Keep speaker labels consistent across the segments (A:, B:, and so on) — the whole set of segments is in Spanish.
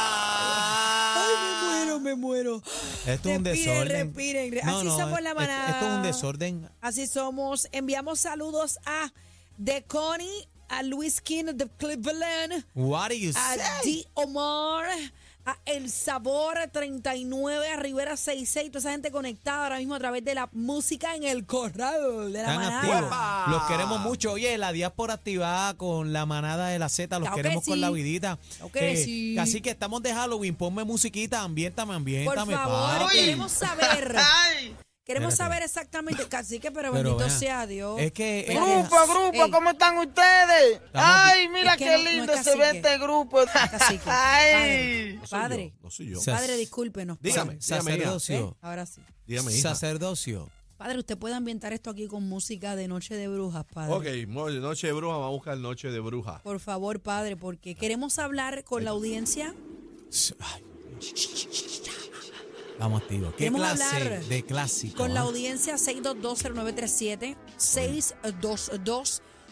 A: Ay, me muero, me muero.
B: Esto es un
A: Respiren,
B: desorden.
A: respiren. Re-
B: No,
A: Así
B: no,
A: somos la
B: es-
A: manada.
B: Esto es un desorden.
A: Así somos. Enviamos saludos a De Connie, a Luis King de Cleveland,
B: What do you
A: a
B: say?
A: D. Omar, a El Sabor 39, a Rivera 66, toda esa gente conectada ahora mismo a través de la música en el corral de la
B: Están
A: manada.
B: activos.
C: ¡Epa!
B: Los queremos mucho. Oye, la diáspora activada con la manada de la Z. Los
A: Claro que
B: queremos con
A: sí.
B: la vidita. Eh,
A: Claro que sí.
B: Así que estamos de Halloween. Ponme musiquita, ambiéntame,
A: Por
B: ambiéntame.
A: favor,
B: papi.
A: queremos saber.
C: ¡Ay!
A: Queremos
B: Espérate.
A: saber exactamente, casi que, pero,
B: Pero
A: bendito
B: vean,
A: sea Dios.
B: es que-
A: Espérate.
C: Grupo, grupo,
A: Ey,
C: ¿cómo están ustedes? Ay, mira
A: Es que
C: qué
A: no- no es
C: lindo se ve
A: cacique.
C: este grupo.
A: cacique,
C: Ay.
A: Padre,
D: No soy yo.
B: Sa-
A: padre, discúlpenos.
D: Dígame,
A: padre.
D: dígame, hija.
B: Sacerdocio.
A: ¿Eh? Ahora sí.
D: Dígame, hija.
B: Sacerdocio.
A: Padre, usted puede ambientar esto aquí con música de Noche de Brujas, padre.
D: Ok, mo- noche de bruja, vamos a buscar noche de bruja.
A: Por favor, padre, porque queremos hablar con la audiencia.
B: Ay. Vamos activos. ¿Qué
A: Queremos
B: clase
A: hablar
B: de clásico?
A: Con la
B: ah?
A: audiencia 6220937,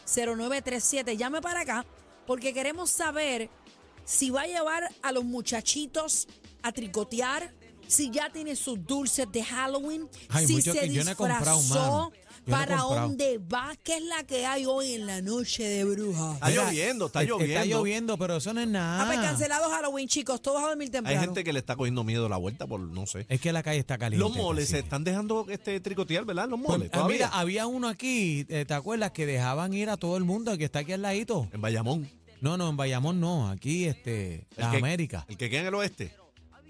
A: 6220937. Llame para acá porque queremos saber si va a llevar a los muchachitos a tricotear, si ya tiene sus dulces de Halloween,
B: Ay,
A: si
B: mucho
A: se
B: que yo no he comprado,
A: disfrazó,
B: mano. Yo no he
A: para
B: comprado.
A: dónde va, qué es la que hay hoy en la noche de brujas.
B: Ah.
D: Está lloviendo, está
B: es- Está
D: lloviendo.
B: lloviendo, pero eso no es nada.
A: Ah, pues cancelado Halloween, chicos, todos a dormir
D: Hay
A: temprano.
D: gente que le está cogiendo miedo la vuelta por, no sé.
B: Es que la calle está caliente.
D: Los moles se
B: cacique.
D: están dejando este tricotear, ¿verdad? Los moles,
B: Ah,
D: todavía.
B: mira, había uno aquí, eh, ¿te acuerdas? Que dejaban ir a todo el mundo, el que está aquí al ladito.
D: En Bayamón.
B: No, no, en Bayamón no, aquí, este,
D: El
B: las
D: que-
B: Américas.
D: El que queda en el oeste.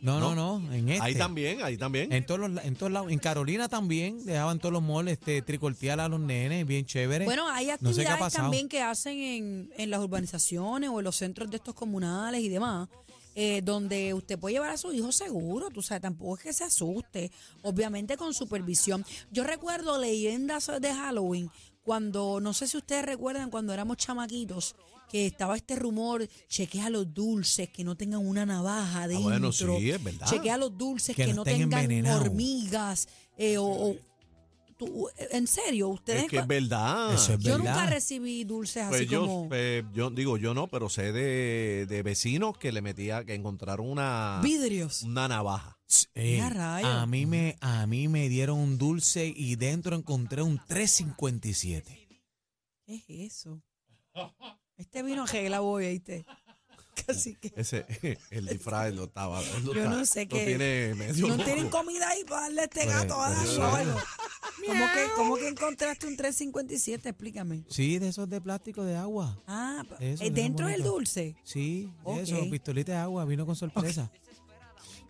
B: No, no, no, en este.
D: Ahí también, ahí también. Ah,
B: En todos, los, en todos lados. En Carolina también dejaban todos los moles este, tricortear a los nenes, bien chévere.
A: Bueno, hay
B: Este, No sé qué ha
A: actividades
B: pasado.
A: también que hacen en, en las urbanizaciones o en los centros de estos comunales y demás, eh, donde usted puede llevar a su hijo seguro, tú sabes, tampoco es que se asuste, obviamente con supervisión. Yo recuerdo leyendas de Halloween, cuando, no sé si ustedes recuerdan, cuando éramos chamaquitos, que estaba este rumor, chequea los dulces, que no tengan una navaja
D: Ah,
A: adentro.
D: bueno, sí, es verdad.
A: Chequea los dulces, que,
B: Que no
A: no
B: estén
A: tengan
B: envenenados.
A: hormigas eh, o... o- tú- en serio, ustedes...
D: Es que es verdad.
B: Eso es
A: Yo
B: ¿Verdad?
A: nunca recibí dulces así
D: Pues yo,
A: como
D: eh, yo digo yo no, pero sé de, de vecinos que le metía, que encontraron una,
A: vidrios.
D: una navaja.
B: Ey,
A: Ya, rayos.
B: a, mí me, a mí me dieron un dulce y dentro encontré un 357.
A: ¿Qué es eso? Este vino regla voy, ¿viste? Casi que
D: Ese, el disfraz lo estaba. lo
A: Yo no
D: está-
A: sé
D: lo
A: qué-
D: tiene medio
A: no
D: loco.
A: tienen comida ahí para darle a este
B: Pero-
A: gato a
B: pero-
A: darlo o algo. ¿Cómo que, cómo que encontraste un 357? Explícame.
B: Sí, de esos de plástico de agua.
A: Ah,
B: Eso,
A: eh,
B: bien
A: dentro del
B: bonito.
A: dulce.
B: Sí,
A: Ok.
B: de esos pistolitas de agua, vino con sorpresa.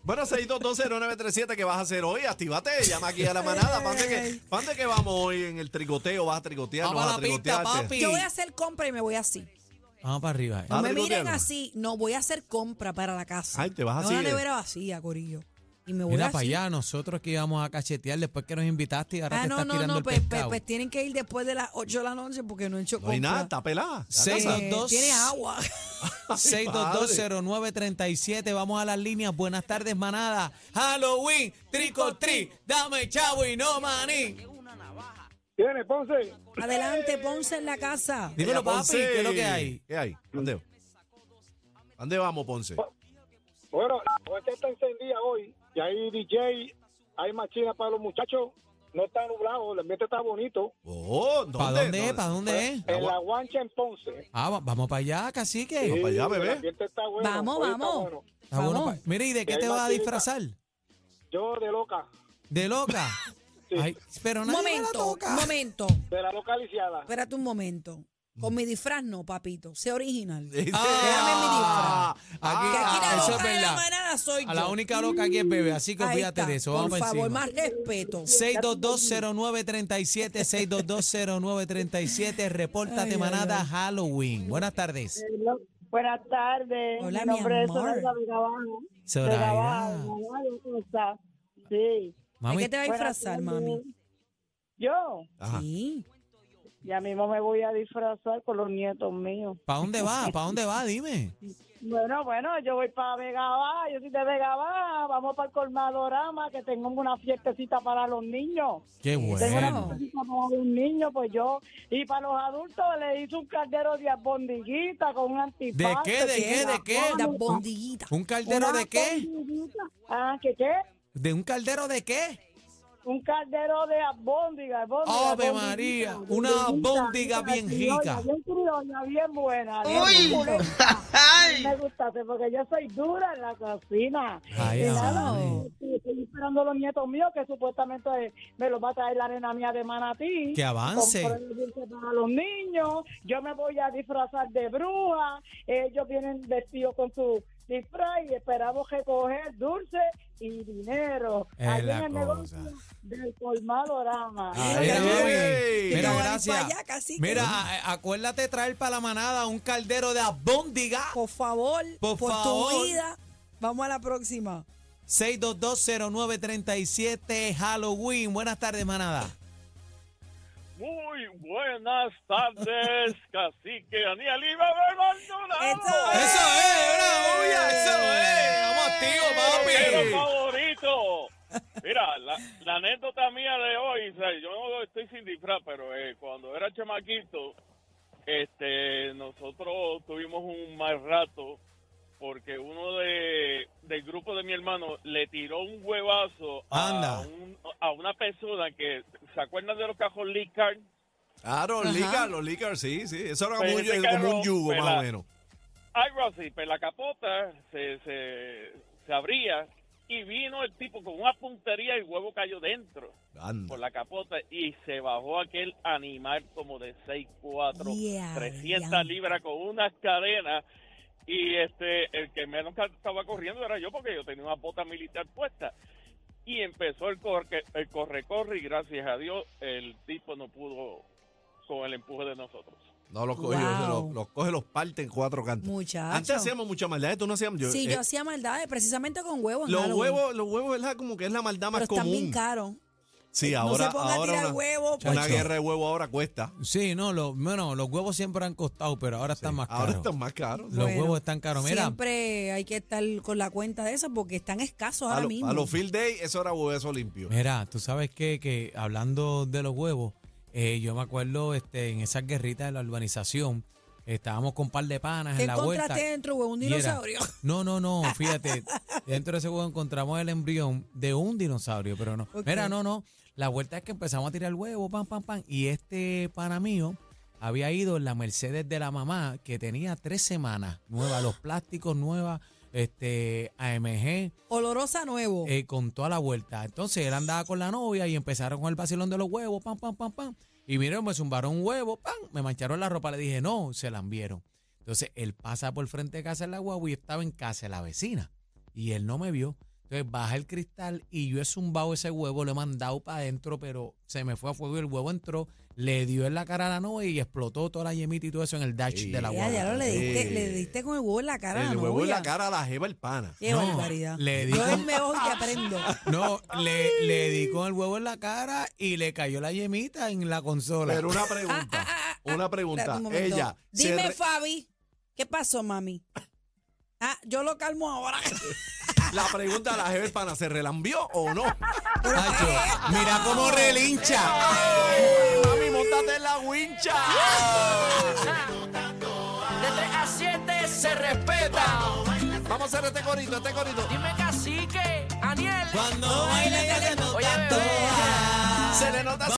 D: Bueno, 6220937, ¿qué vas a hacer hoy? Actívate, llama aquí a la manada. ¿Para dónde que, pa' dónde que vamos hoy en el tricoteo? ¿Vas a tricotear? ¿No
B: Vamos a
D: vas a
B: la pista,
D: tricotearte?
B: papi.
A: Yo voy a hacer compra y me voy así.
B: Vamos para arriba. eh.
A: No
D: ¿Vas a
A: me miren
D: tricotear?
A: así. No, voy a hacer compra para la casa.
D: Ah, Ay, te vas
A: no,
D: así,
A: la
D: eh.
A: nevera vacía, corillo. Y me voy
B: Mira
A: así.
B: para allá, nosotros que íbamos a cachetear después que nos invitaste y ahora
A: Ah,
B: te
A: no,
B: estás
A: no,
B: tirando
A: no,
B: el
A: pues, pues,
B: pescado.
A: pues tienen que ir después de las 8 de la noche porque no he hecho
D: No hay
A: compra.
D: nada, está pelada. la
B: Sí.
D: casa.
A: Eh,
B: dos-
A: Tiene agua. pues,
B: 6220937, vamos a las líneas. Buenas tardes, manada. Halloween, trick or treat, dame chavo y no maní.
E: Viene, Ponce.
A: Adelante, Ponce en la casa.
B: Dímelo,
D: Ella,
B: papi,
D: Ponce,
B: ¿qué es lo que hay?
D: ¿Qué hay? ¿Dónde? ¿Dónde vamos, Ponce?
E: Bueno, la fiesta está encendida hoy. Y hay DJ, hay machina para los muchachos. No está nublado, el ambiente está bonito.
D: Oh, ¿dónde?
B: ¿Para dónde es? ¿Para dónde es?
E: En la guancha en Ponce.
B: Ah, va- vamos para allá, cacique.
D: para allá,
E: Sí,
D: bebé.
E: El ambiente está bueno.
A: Vamos,
E: hoy está
A: vamos.
E: bueno.
B: Está bueno
A: vamos.
B: pa- Mira, ¿y de qué
E: Y
B: te
E: hay
B: vas a
E: más
B: disfrazar?
E: Yo de loca,
B: ¿De loca? Ay, pero
A: Un
B: nadie me la
A: momento,
B: toca.
A: un momento.
E: de la loca lisiada.
A: Espérate un momento. Con mi disfraz no, papito. Sé original.
D: Déjame
B: Ah,
A: que aquí
B: Este, ah,
A: la
B: eso es
A: loca de la
B: verdad.
A: manada soy yo.
B: A la única loca aquí es bebé, así que
A: Ahí
B: olvídate
A: está.
B: de eso.
A: Por
B: Vamos
A: favor,
B: encima.
A: más respeto.
B: 6220937, 6220937,
A: Ay,
B: repórtate
A: ay,
B: manada
A: ay.
B: Halloween. Buenas tardes.
F: Buenas tardes.
A: Hola, mi
F: mi nombre es
A: amor.
F: Soraya Vigabano.
B: Soraya.
F: Vigabano, Vigabano, ¿cómo está? Sí.
A: ¿De
B: Mami,
A: qué te va a
F: Buenas
A: disfrazar,
F: tardes.
A: mami?
F: Yo,
D: Ajá.
A: Sí.
F: ya mismo me voy a disfrazar con los nietos míos.
B: ¿para dónde va? ¿Para dónde va? Dime.
F: Bueno, bueno, yo voy para Vega Baja, yo soy de Vega Baja, vamos para el Colmadorama, que tengo una fiestecita para los niños.
B: Qué
F: Tengo una
B: bueno.
F: fiestecita para los niños, pues yo. Y para los adultos le hice un caldero de albondiguita con un antifaz.
B: ¿De qué, de qué, de qué?
A: Las bondiguitas.
B: ¿Un caldero de qué?
F: Ah, ¿qué qué?
B: ¿De un caldero de qué?
F: Un caldero de albóndiga, albóndiga.
B: Ave María, una albóndiga bien rica.
F: Bien criolla, bien buena. bien
C: Uy.
F: suculenta.
C: Ay.
F: Me gustaste porque yo soy dura en la cocina.
B: Ay,
F: Y
B: la
F: nada,
B: madre.
F: Estoy esperando a los nietos míos que supuestamente me los va a traer la nena mía de Manatí.
B: Que avance.
F: Compré dulce Para los niños, yo me voy a disfrazar de bruja. Ellos vienen vestidos con su disfraz y esperamos recoger dulce y dinero.
B: Es
F: Allí
B: la
F: en el negocio
B: cosa.
F: del colmado Rama.
B: Ah, Mira,
A: Mira,
B: mami.
D: ey.
B: Mira,
A: Ay,
B: gracias.
A: vaya, cacique.
B: Mira, a- a- acuérdate traer para la manada un caldero de albóndiga.
A: Por favor,
B: Por
A: por,
B: favor.
A: tu vida. Vamos a la próxima.
B: 6220937 Halloween. Buenas tardes, manada.
G: Muy buenas tardes, cacique Aniel y Bebé Maldonado.
A: Eso es.
B: bravo, ya,
A: Eh,
B: eso
G: Pero
B: es. Vamos activo,
G: favorito. Mira, la, la anécdota mía de hoy, o sea, yo no estoy sin disfraz, pero eh, cuando era chamaquito, este, nosotros tuvimos un mal rato porque uno de, del grupo de mi hermano le tiró un huevazo a,
B: Anda.
G: un- a una persona que, ¿se acuerdan de los cajos Lee Card?
D: Claro, los
A: Ajá.
D: licar, Ah, los licar, sí, sí. Eso era como,
G: Pues
D: un,
G: ese
D: yu- como un
G: carro,
D: yugo,
G: pues,
D: más o
G: la-
D: menos.
G: algo así, pero la capota se, se, se abría y vino el tipo con una puntería y el huevo cayó dentro
D: Anda.
G: por la capota y se bajó aquel animal como de 6'4",
A: Yeah,
G: 300
A: yeah.
G: libras con unas cadenas y este el que menos ca- estaba corriendo era yo porque yo tenía una bota militar puesta y empezó el corre el corre, corre y gracias a Dios el tipo no pudo con el empuje de nosotros.
D: No los coge,
A: Wow.
D: se los, los coge, los parte en cuatro cantos. Antes
A: Muchachos.
D: hacíamos mucha maldad, esto no hacíamos yo.
A: Sí, yo
D: eh,
A: hacía maldades precisamente con huevos. en
D: los
A: Halloween.
D: huevos, los huevos, ¿verdad? Como que es la maldad
A: Pero
D: más
A: están bien
D: común.
A: caros.
D: Sí,
A: No
D: ahora,
A: se ponga a
D: ahora
A: tirar
D: una,
A: huevos,
D: una
B: Chacho.
D: guerra de huevo ahora cuesta.
B: Sí, no, lo, bueno, los huevos siempre han costado, pero ahora están más
D: ahora
B: caros.
D: están más caros.
B: Los huevos están caros. Mira,
A: Siempre hay que estar con la cuenta de esas porque están escasos
D: A,
A: ahora
D: lo-
A: mismo.
D: a los field day, eso era hueso limpio.
B: mira, tú sabes que, que hablando de los huevos, eh, yo me acuerdo este, en esas guerritas de la urbanización, estábamos con un par de panas
A: ¿Qué
B: en la
A: encontraste
B: vuelta.
A: dentro, huevo? ¿Un
B: Y era-
A: dinosaurio?
B: No, no, no, fíjate. dentro de ese huevo encontramos el embrión de un dinosaurio, pero no.
A: Ok.
B: Mira, no, no. La vuelta es que empezamos a tirar el huevo, pam, pam, pam. Y este pana mío había ido en la Mercedes de la mamá, que tenía tres semanas nueva, los plásticos nueva, este AMG,
A: Olorosa nuevo.
B: eh, con toda la vuelta. Entonces él andaba con la novia y empezaron con el vacilón de los huevos, pam, pam, pam, pam. Y miren, me zumbaron un huevo, pam, me mancharon la ropa. Le dije, no, se la enviaron. Entonces él pasa por frente de casa de la guagua y yo estaba en casa de la vecina. Y él no me vio. Entonces baja el cristal y yo he zumbado ese huevo, lo he mandado para adentro, pero se me fue a fuego y el huevo entró, le dio en la cara a la novia y explotó toda la yemita y todo eso en el dash
D: Sí.
B: de la
A: Ya,
B: guagua.
A: ya lo le diste,
D: Sí.
A: le diste con el huevo en la cara. a la
D: el huevo en la
A: novia.
D: cara a la jeva el pana.
A: Qué
B: No,
A: barbaridad.
B: le di
A: Yo
B: con-
A: me voy y aprendo.
B: No, le, le di con el huevo en la cara y le cayó la yemita en la consola.
D: Pero una pregunta, una
A: Espérate
D: pregunta.
A: un momento.
D: Ella, se
A: Dime,
D: re-
A: Fabi, ¿qué pasó, mami? Ah, yo lo calmo ahora.
D: la pregunta a la jeva el pana, ¿se relambió o no?
B: Nacho, mira cómo relincha.
D: ¡Ey, mami, montate en la wincha!
H: De 3 a 7 se respeta.
D: Vamos a hacer este corito, este corito.
H: Dime cacique, Aniel.
B: Cuando baile, ya le
H: Oye, bebé.
D: Se le nota,